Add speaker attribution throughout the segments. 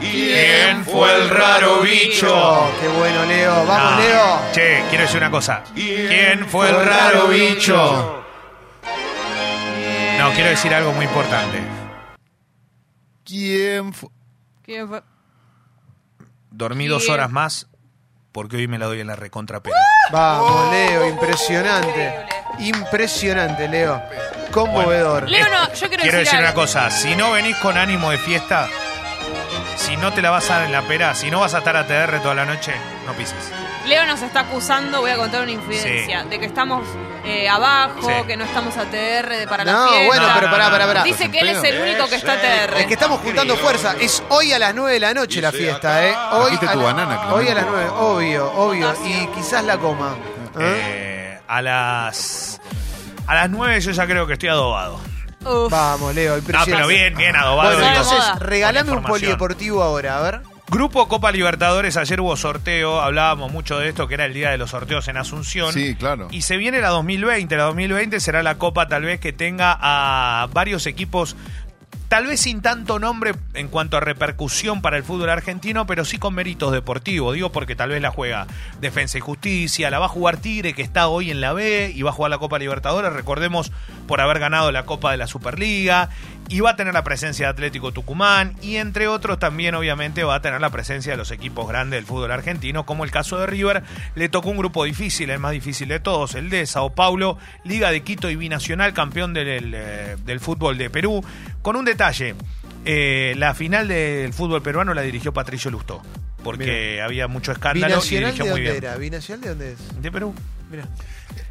Speaker 1: ¿Quién fue el raro bicho?
Speaker 2: Qué bueno, Leo. Vamos,
Speaker 1: Ah,
Speaker 2: Leo.
Speaker 1: Che, quiero decir una cosa. ¿Quién fue el raro bicho? No, quiero decir algo muy importante.
Speaker 3: ¿Quién fue?
Speaker 4: ¿Quién fue?
Speaker 1: Dormí
Speaker 4: ¿Quién?
Speaker 1: dos horas más porque hoy me la doy en la recontra pera.
Speaker 4: Ah, Oh.
Speaker 2: Vamos, Leo. Impresionante. Impresionante, Leo. Conmovedor.
Speaker 4: Leo, no, yo quiero,
Speaker 1: eh, Quiero decir una
Speaker 4: algo.
Speaker 1: cosa. Si no venís con ánimo de fiesta, si no te la vas a dar en la pera, si no vas a estar a TR toda la noche, no pises.
Speaker 4: Leo nos está acusando, voy a contar una infidencia,
Speaker 1: Sí.
Speaker 4: de que estamos eh, abajo,
Speaker 1: Sí.
Speaker 4: que no estamos ATR de para la
Speaker 2: No,
Speaker 4: fiesta.
Speaker 2: bueno, pero pará, pará, pará.
Speaker 4: Dice que él es el único que está ATR.
Speaker 2: Es que estamos juntando fuerza. Es hoy a las 9 de la noche la fiesta, ¿eh? Hoy
Speaker 3: Trajiste
Speaker 2: a,
Speaker 3: tu
Speaker 2: la-
Speaker 3: banana, Clemente.
Speaker 2: hoy a las 9, obvio, obvio. Y quizás la coma. ¿Eh?
Speaker 1: Eh, a las. A las 9 yo ya creo que estoy adobado.
Speaker 4: Uf.
Speaker 2: Vamos, Leo.
Speaker 1: No,
Speaker 2: Impresionante.
Speaker 1: pero bien, bien adobado.
Speaker 2: Bueno,
Speaker 4: Está de
Speaker 2: entonces,
Speaker 4: moda.
Speaker 2: regálame
Speaker 1: Con
Speaker 2: un
Speaker 1: información.
Speaker 2: polideportivo ahora, a ver.
Speaker 1: Grupo Copa Libertadores, ayer hubo sorteo, hablábamos mucho de esto, que era el día de los sorteos en Asunción.
Speaker 3: Sí, claro.
Speaker 1: Y se viene la 2020, la 2020 será la copa tal vez que tenga a varios equipos, tal vez sin tanto nombre en cuanto a repercusión para el fútbol argentino, pero sí con méritos deportivos, digo porque tal vez la juega Defensa y Justicia, la va a jugar Tigre que está hoy en la B y va a jugar la Copa Libertadores, recordemos por haber ganado la Copa de la Superliga, y va a tener la presencia de Atlético Tucumán y entre otros también obviamente va a tener la presencia de los equipos grandes del fútbol argentino, como el caso de River, le tocó un grupo difícil, el más difícil de todos, el de Sao Paulo, Liga de Quito y Binacional, campeón del, eh, del fútbol de Perú, con un detalle, eh, la final del fútbol peruano la dirigió Patricio Lustó, porque había mucho escándalo y
Speaker 2: ¿Binacional
Speaker 1: dirigió
Speaker 2: de
Speaker 1: muy
Speaker 2: dónde
Speaker 1: bien.
Speaker 2: era? ¿Binacional de dónde es?
Speaker 1: De Perú.
Speaker 2: Mirá.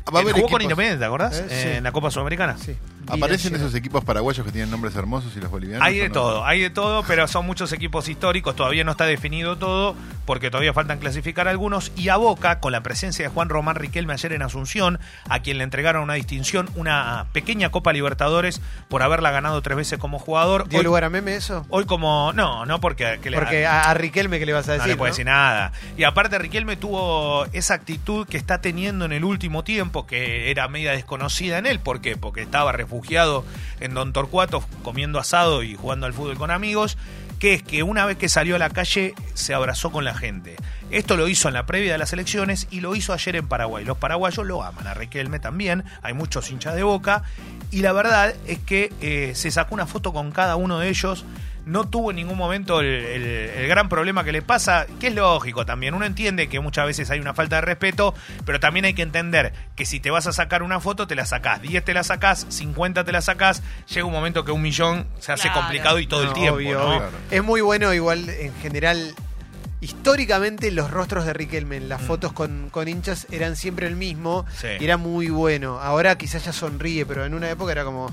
Speaker 2: Ah,
Speaker 3: Va a
Speaker 1: Él
Speaker 3: haber
Speaker 1: jugó con
Speaker 3: equipos-
Speaker 1: Independiente, ¿te acordás?
Speaker 2: Eh, sí.
Speaker 1: Eh, En la Copa Sudamericana.
Speaker 2: Sí.
Speaker 3: Aparecen
Speaker 2: Binacional.
Speaker 3: esos equipos paraguayos que tienen nombres hermosos y los bolivianos.
Speaker 1: Hay
Speaker 3: ¿o
Speaker 1: de
Speaker 3: no?
Speaker 1: todo, hay de todo, pero son muchos equipos históricos, todavía no está definido todo, porque todavía faltan clasificar algunos, y a Boca, con la presencia de Juan Román Riquelme ayer en Asunción, a quien le entregaron una distinción, una pequeña Copa Libertadores, por haberla ganado tres veces como jugador.
Speaker 2: ¿Dio
Speaker 1: Hoy,
Speaker 2: lugar a meme eso?
Speaker 1: hoy como, no, no porque... que le-
Speaker 2: Porque a, a Riquelme, ¿qué le vas a decir?
Speaker 1: no le puede decir nada. Y aparte, Riquelme tuvo esa actitud que está teniendo en el último tiempo, que era media desconocida en él. ¿Por qué? Porque estaba refugiado en Don Torcuato, comiendo asado y jugando al fútbol con amigos. Que es que una vez que salió a la calle, se abrazó con la gente. Esto lo hizo en la previa de las elecciones y lo hizo ayer en Paraguay. Los paraguayos lo aman, a Riquelme también. Hay muchos hinchas de boca. Y la verdad es que eh, se sacó una foto con cada uno de ellos no tuvo en ningún momento el, el- el gran problema que le pasa, que es lógico también. Uno entiende que muchas veces hay una falta de respeto, pero también hay que entender que si te vas a sacar una foto, te la sacás. 10 te la sacás, 50 te la sacás. Llega un momento que un millón se hace
Speaker 4: Claro.
Speaker 1: complicado y todo el
Speaker 2: No,
Speaker 1: tiempo.
Speaker 2: obvio,
Speaker 1: ¿no?
Speaker 2: obvio. Es muy bueno, igual, en general, históricamente los rostros de Riquelme en las fotos con, con hinchas eran siempre el mismo
Speaker 1: Mm. Sí.
Speaker 2: y era muy bueno. Ahora quizás ya sonríe, pero en una época era como.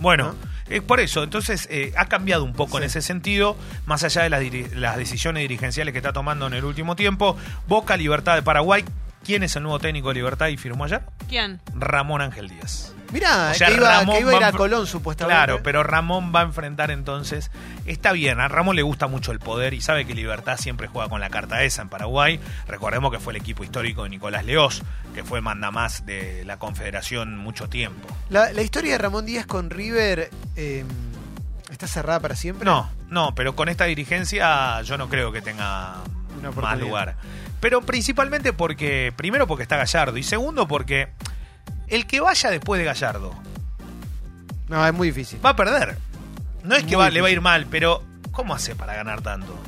Speaker 1: Bueno, es por eso. Entonces, eh, ha cambiado un poco en ese sentido, más allá de las, diri- las decisiones dirigenciales que está tomando en el último tiempo. Boca Libertad de Paraguay. ¿Quién es el nuevo técnico de Libertad y firmó ayer?
Speaker 4: ¿Quién?
Speaker 1: Ramón Ángel Díaz.
Speaker 2: Mirá,
Speaker 1: O sea,
Speaker 2: que, iba,
Speaker 1: Ramón
Speaker 2: que iba a ir
Speaker 1: va
Speaker 2: a
Speaker 1: enf-
Speaker 2: Colón supuestamente.
Speaker 1: Claro, pero Ramón va a enfrentar entonces. Está bien, a Ramón le gusta mucho el poder y sabe que Libertad siempre juega con la carta esa en Paraguay. Recordemos que fue el equipo histórico de Nicolás Leoz, que fue mandamás de la Confederación mucho tiempo.
Speaker 2: La, la historia de Ramón Díaz con River eh, está cerrada para siempre.
Speaker 1: No, no, pero con esta dirigencia yo no creo que tenga
Speaker 2: Una
Speaker 1: más
Speaker 2: oportunidad.
Speaker 1: lugar. Pero principalmente porque, primero porque está Gallardo y segundo porque el que vaya después de Gallardo
Speaker 2: No, es muy difícil.
Speaker 1: va a perder. No es que
Speaker 2: Muy
Speaker 1: va- le va a ir mal, pero ¿cómo hace para ganar tanto?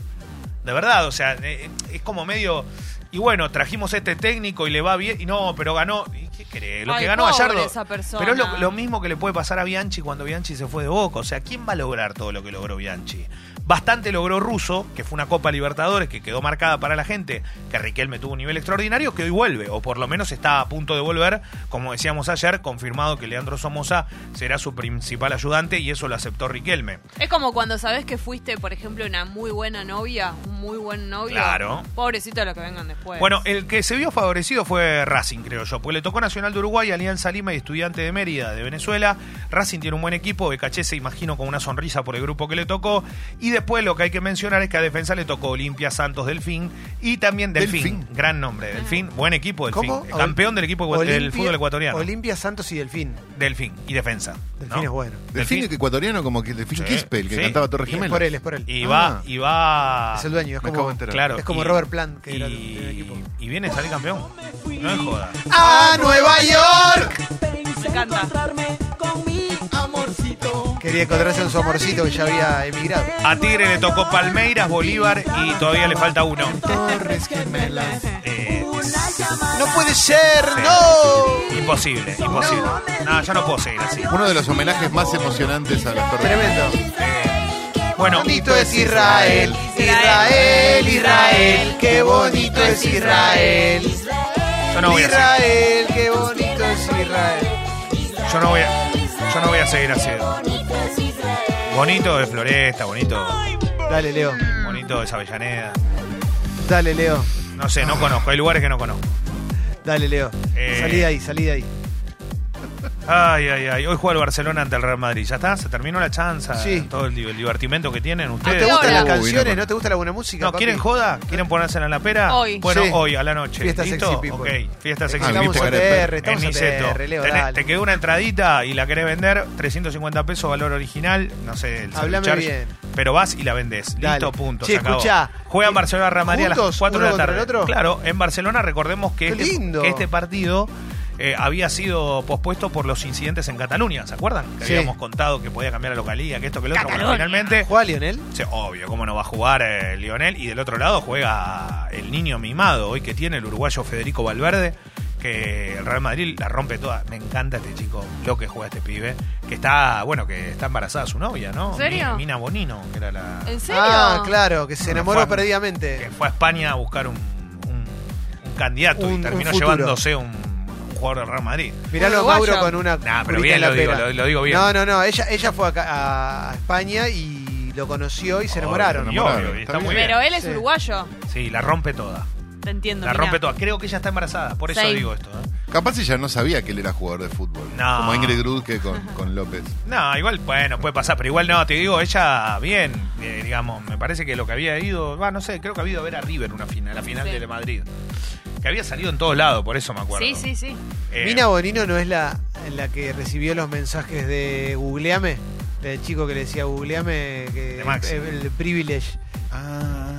Speaker 1: De verdad, o sea, eh, es como medio. Y bueno, trajimos este técnico y le va bien. Y no, pero ganó. ¿y ¿Qué querés? Lo
Speaker 4: Ay,
Speaker 1: que ganó
Speaker 4: pobre
Speaker 1: Gallardo.
Speaker 4: esa persona.
Speaker 1: Pero es lo, lo mismo que le puede pasar a Bianchi cuando Bianchi se fue de boca. O sea, ¿quién va a lograr todo lo que logró Bianchi? Bastante logró Russo, que fue una Copa Libertadores que quedó marcada para la gente, que Riquelme tuvo un nivel extraordinario, que hoy vuelve, o por lo menos está a punto de volver. Como decíamos ayer, confirmado que Leandro Somoza será su principal ayudante y eso lo aceptó Riquelme.
Speaker 4: Es como cuando sabes que fuiste, por ejemplo, una muy buena novia, un muy buen novio.
Speaker 1: Claro.
Speaker 4: Pobrecito los que vengan después.
Speaker 1: Bueno, eh, el que se vio favorecido fue Racing, creo yo, porque le tocó Nacional de Uruguay, Alianza Lima y Estudiante de Mérida de Venezuela. Racing tiene un buen equipo, Becaché se imagino con una sonrisa por el grupo que le tocó. Y después lo que hay que mencionar es que a Defensa le tocó Olimpia, Santos, Delfín y también Delfín.
Speaker 3: Delfín.
Speaker 1: Gran nombre, Delfín. Buen equipo, Delfín.
Speaker 2: ¿Cómo?
Speaker 1: Campeón del equipo ecu- del
Speaker 2: Olimpia-
Speaker 1: fútbol ecuatoriano.
Speaker 2: Olimpia, Santos y Delfín.
Speaker 1: Delfín y Defensa. ¿no?
Speaker 2: Delfín es bueno.
Speaker 3: Delfín ecuatoriano como que Delfín
Speaker 1: Sí,
Speaker 3: Quispe, el que
Speaker 1: sí.
Speaker 3: cantaba Torre
Speaker 2: Y es
Speaker 3: Gemela.
Speaker 2: por él, es por él.
Speaker 1: Y
Speaker 3: Ah.
Speaker 1: va, y va.
Speaker 2: es el dueño, es
Speaker 3: me
Speaker 2: como.
Speaker 3: acabo de enterar.
Speaker 1: Claro.
Speaker 2: Es como
Speaker 1: y-
Speaker 2: Robert Plant, que era
Speaker 1: y-
Speaker 2: del equipo.
Speaker 1: Y viene a salir campeón. No es joda.
Speaker 2: ¡A Ah, Nueva York!
Speaker 4: Me encanta.
Speaker 2: Quería encontrarse con su amorcito que ya había emigrado.
Speaker 1: A Tigre le tocó Palmeiras, Bolívar y todavía le falta uno.
Speaker 2: Torres Gemelas.
Speaker 1: Eh,
Speaker 2: ¡No puede ser! ¡No!
Speaker 1: imposible, imposible. No, ya no puedo seguir así.
Speaker 3: Uno de los homenajes más emocionantes a las torres.
Speaker 2: Tremendo.
Speaker 1: Bueno,
Speaker 2: Bonito es Israel, Israel, Israel, qué bonito es Israel.
Speaker 1: yo no voy a seguir.
Speaker 2: Israel, qué bonito es Israel.
Speaker 1: Yo no voy a, yo no voy a seguir así. Bonito es Floresta, bonito,
Speaker 2: Dale, Leo.
Speaker 1: bonito es Avellaneda.
Speaker 2: Dale, Leo.
Speaker 1: No sé, no conozco. Hay lugares que no conozco.
Speaker 2: Dale, Leo.
Speaker 1: Eh.
Speaker 2: Salí de ahí, salí de ahí.
Speaker 1: Ay, ay, ay. Hoy juega el Barcelona ante el Real Madrid. Ya está, se terminó la chanza.
Speaker 2: Sí.
Speaker 1: Todo el, di- el divertimento que tienen
Speaker 2: ¿No
Speaker 1: ustedes.
Speaker 2: te gustan
Speaker 4: Ahora.
Speaker 2: las
Speaker 3: Uy,
Speaker 2: canciones?
Speaker 3: no.
Speaker 2: ¿No te gusta la buena música?
Speaker 1: No,
Speaker 2: papi?
Speaker 1: ¿quieren joda? ¿Quieren ponerse en la pera?
Speaker 4: Hoy.
Speaker 1: Bueno,
Speaker 2: Sí.
Speaker 1: hoy, a la noche.
Speaker 2: Fiesta
Speaker 1: ¿Listo?
Speaker 2: sexy people.
Speaker 1: Ok, fiesta sexy
Speaker 3: Ah,
Speaker 2: Estamos
Speaker 3: viste,
Speaker 1: people.
Speaker 2: ATR,
Speaker 3: Karen,
Speaker 2: estamos
Speaker 1: en Niceto.
Speaker 2: ATR, Leo,
Speaker 1: Tenés-
Speaker 2: dale.
Speaker 1: te quedó una entradita y la querés vender, 350 pesos, valor original, no sé, el service
Speaker 2: Hablame
Speaker 1: charge,
Speaker 2: bien.
Speaker 1: Pero vas y la vendés.
Speaker 2: Dale.
Speaker 1: Listo, punto.
Speaker 2: Che,
Speaker 1: se acabó.
Speaker 2: escuchá. eh,
Speaker 1: Juegan Barcelona Real Madrid a las
Speaker 2: ¿Juntos?
Speaker 1: 4 de
Speaker 2: ¿Uno
Speaker 1: la
Speaker 2: contra
Speaker 1: tarde.
Speaker 2: el otro?
Speaker 1: Claro, en Barcelona recordemos que,
Speaker 2: Qué
Speaker 1: este,
Speaker 2: lindo.
Speaker 1: que este partido eh, había sido pospuesto por los incidentes en Cataluña, ¿se acuerdan? Que
Speaker 2: Sí.
Speaker 1: habíamos contado que podía cambiar la localía, que esto, que lo otro. Bueno,
Speaker 4: Cataluña.
Speaker 1: finalmente
Speaker 2: ¿Juega Lionel?
Speaker 1: Sí, obvio, cómo no va a jugar eh, Lionel. Y del otro lado juega el niño mimado hoy que tiene el uruguayo Federico Valverde, que el Real Madrid la rompe toda. Me encanta este chico, lo que juega este pibe, que está, bueno, que está embarazada su novia, ¿no?
Speaker 4: ¿En serio?
Speaker 1: Mi- Mina Bonino, que era la...
Speaker 4: ¿En serio?
Speaker 2: Ah, claro, que se
Speaker 1: Bueno,
Speaker 2: enamoró
Speaker 1: Juan,
Speaker 2: perdidamente.
Speaker 1: Que fue a España a buscar un, un- un candidato
Speaker 2: Un-
Speaker 1: y
Speaker 2: un
Speaker 1: terminó
Speaker 2: futuro.
Speaker 1: llevándose un, un jugador del Real Madrid.
Speaker 2: Miralo a
Speaker 4: Uruguayo.
Speaker 2: Mauro con una.
Speaker 1: Nah, pero
Speaker 2: curita
Speaker 1: bien
Speaker 2: en la
Speaker 1: lo digo,
Speaker 2: pera.
Speaker 1: lo- lo digo bien.
Speaker 2: No, no, no. Ella, ella fue acá- a España y lo conoció
Speaker 1: Oh,
Speaker 2: y se enamoraron.
Speaker 1: Y
Speaker 3: enamoraron,
Speaker 1: obvio, y
Speaker 3: está
Speaker 1: está
Speaker 3: bien.
Speaker 1: muy bien.
Speaker 4: Pero él es
Speaker 2: Sí.
Speaker 4: uruguayo.
Speaker 1: Sí, la rompe toda.
Speaker 4: Te entiendo.
Speaker 1: eh, La
Speaker 4: mirá.
Speaker 1: rompe toda. Creo que ella está embarazada, por eso
Speaker 4: Sí.
Speaker 1: digo esto. ¿eh?
Speaker 3: Capaz ella no sabía que él era jugador de fútbol.
Speaker 1: No.
Speaker 3: Como Ingrid Grudke con, con López.
Speaker 1: No, igual, bueno, puede pasar, pero igual no, te digo, ella bien, eh, digamos, me parece que lo que había ido, va, no sé, creo que había ido a ver a River una final, la final
Speaker 4: Sí.
Speaker 1: del Madrid. Que había salido en todos lados, por eso me acuerdo.
Speaker 4: Sí, sí, sí.
Speaker 1: Eh,
Speaker 2: Mina Bonino no es la, la que recibió los mensajes de Googleame, del chico que le decía Googleame, que
Speaker 1: De Maxi. Ah.
Speaker 2: el, el Privilege,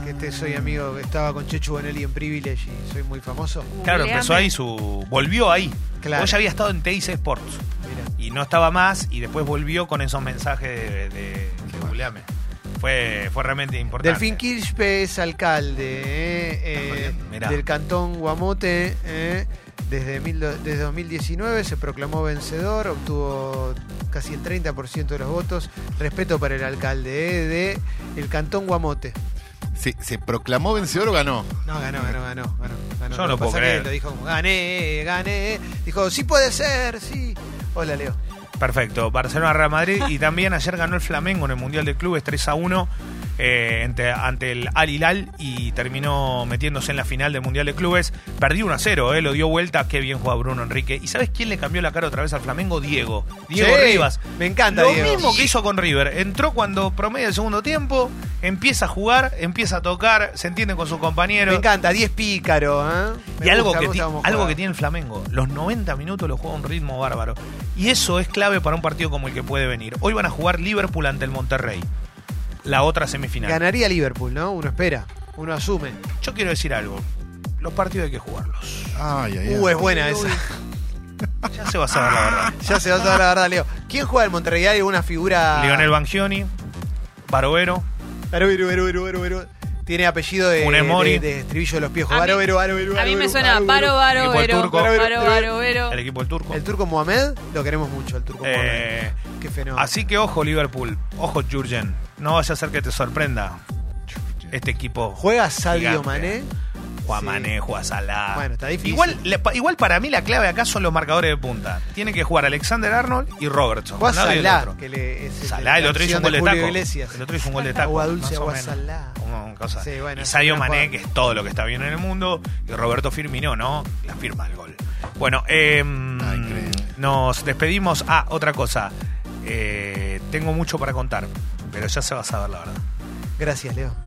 Speaker 2: que este soy amigo, estaba con Chechu Bonelli en Privilege y soy muy famoso.
Speaker 1: claro,
Speaker 4: Googleame.
Speaker 1: empezó ahí su. volvió ahí.
Speaker 2: Claro.
Speaker 1: Hoy ya había estado en TIC Sports
Speaker 2: Mira,
Speaker 1: y no estaba más y después volvió con esos mensajes de, de, de googleame. Fue, fue realmente importante.
Speaker 2: Delfín Quispe es alcalde eh, eh,
Speaker 1: jodiendo. Mirá.
Speaker 2: del cantón Guamote. eh, desde, mil do- desde 2019 se proclamó vencedor, obtuvo casi el 30% de los votos. Respeto para el alcalde eh, de el cantón Guamote.
Speaker 3: ¿Se, se proclamó vencedor o ganó?
Speaker 2: No, ganó, ganó, ganó, ganó. ganó.
Speaker 1: Yo no
Speaker 2: Lo que
Speaker 1: puedo
Speaker 2: pasa es
Speaker 1: creer.
Speaker 2: que Lo dijo como, gané, gané. Dijo, sí puede ser, sí. Hola, Leo.
Speaker 1: Perfecto, Barcelona Real Madrid y también ayer ganó el Flamengo en el Mundial de Clubes 3 a 1 eh, ante, ante el Al Hilal y terminó metiéndose en la final del Mundial de Clubes. Perdió 1 a 0, eh, lo dio vuelta, qué bien juega Bruno Enrique. ¿Y sabes quién le cambió la cara otra vez al Flamengo? Diego. Diego
Speaker 2: Sí,
Speaker 1: Rivas.
Speaker 2: Me encanta,
Speaker 1: Lo
Speaker 2: Diego.
Speaker 1: mismo que hizo con River. Entró cuando promedia el segundo tiempo, empieza a jugar, empieza a tocar, se entiende con sus compañeros.
Speaker 2: Me encanta, 10 pícaro. ¿eh? Me
Speaker 1: Y algo,
Speaker 2: gusta,
Speaker 1: que,
Speaker 2: me
Speaker 1: ti-
Speaker 2: gusta cómo
Speaker 1: algo
Speaker 2: juega.
Speaker 1: que tiene el Flamengo, los 90 minutos lo juega a un ritmo bárbaro. Y eso es clave para un partido como el que puede venir. Hoy van a jugar Liverpool ante el Monterrey, la otra semifinal.
Speaker 2: Ganaría Liverpool, ¿no? Uno espera, uno asume.
Speaker 1: Yo quiero decir algo, los partidos hay que jugarlos.
Speaker 3: Ay, ay, ay.
Speaker 2: Uh, es buena esa.
Speaker 1: Ya se va a saber la verdad.
Speaker 2: ya se va a saber la verdad, Leo. ¿Quién juega el Monterrey? ¿Hay alguna figura?
Speaker 1: Lionel Bangioni, Barovero,
Speaker 2: Barovero, Barovero, Barovero. Tiene apellido de,
Speaker 1: Funes Mori.
Speaker 2: de, de estribillo de los piejos.
Speaker 4: A mí-
Speaker 2: Barovero, Barovero,
Speaker 4: A mí me
Speaker 2: Barovero,
Speaker 4: suena paro,
Speaker 2: Barovero.
Speaker 1: El
Speaker 4: varo,
Speaker 1: equipo del
Speaker 4: vero,
Speaker 1: turco.
Speaker 4: paro, varo, vero.
Speaker 1: el equipo del turco.
Speaker 2: El turco Mohamed, lo queremos mucho, el turco Mohamed.
Speaker 1: Eh,
Speaker 2: Qué fenómeno.
Speaker 1: así que ojo Liverpool, ojo Jurgen, no vaya a ser que te sorprenda este equipo.
Speaker 2: ¿Juega Sadio
Speaker 1: Gigante.
Speaker 2: Mané?
Speaker 1: Juega
Speaker 2: Sí.
Speaker 1: Mané, juega Salah.
Speaker 2: Bueno, está difícil.
Speaker 1: Igual, le- pa- igual para mí la clave acá son los marcadores de punta. Tiene que jugar Alexander Arnold y Robertson.
Speaker 2: Juega
Speaker 1: Nadie del
Speaker 2: Salah,
Speaker 1: otro.
Speaker 2: que le, es de
Speaker 1: Salah, el
Speaker 2: la
Speaker 1: otro hizo
Speaker 2: opción
Speaker 1: un gol de
Speaker 2: Julio
Speaker 1: taco.
Speaker 2: Iglesias.
Speaker 1: El otro hizo un gol de taco.
Speaker 2: Agua dulce,
Speaker 1: más o
Speaker 2: agua
Speaker 1: menos.
Speaker 2: salada.
Speaker 1: una cosa.
Speaker 2: Sí, bueno,
Speaker 1: y Sadio
Speaker 2: buena
Speaker 1: Mané,
Speaker 2: jugada.
Speaker 1: que es todo lo que está bien en el mundo, y Roberto Firmino, ¿no? La firma del gol. Bueno, eh,
Speaker 3: Ah, increíble.
Speaker 1: nos despedimos. Ah, otra cosa. Eh, tengo mucho para contar, pero ya se va a saber la verdad.
Speaker 2: Gracias, Leo.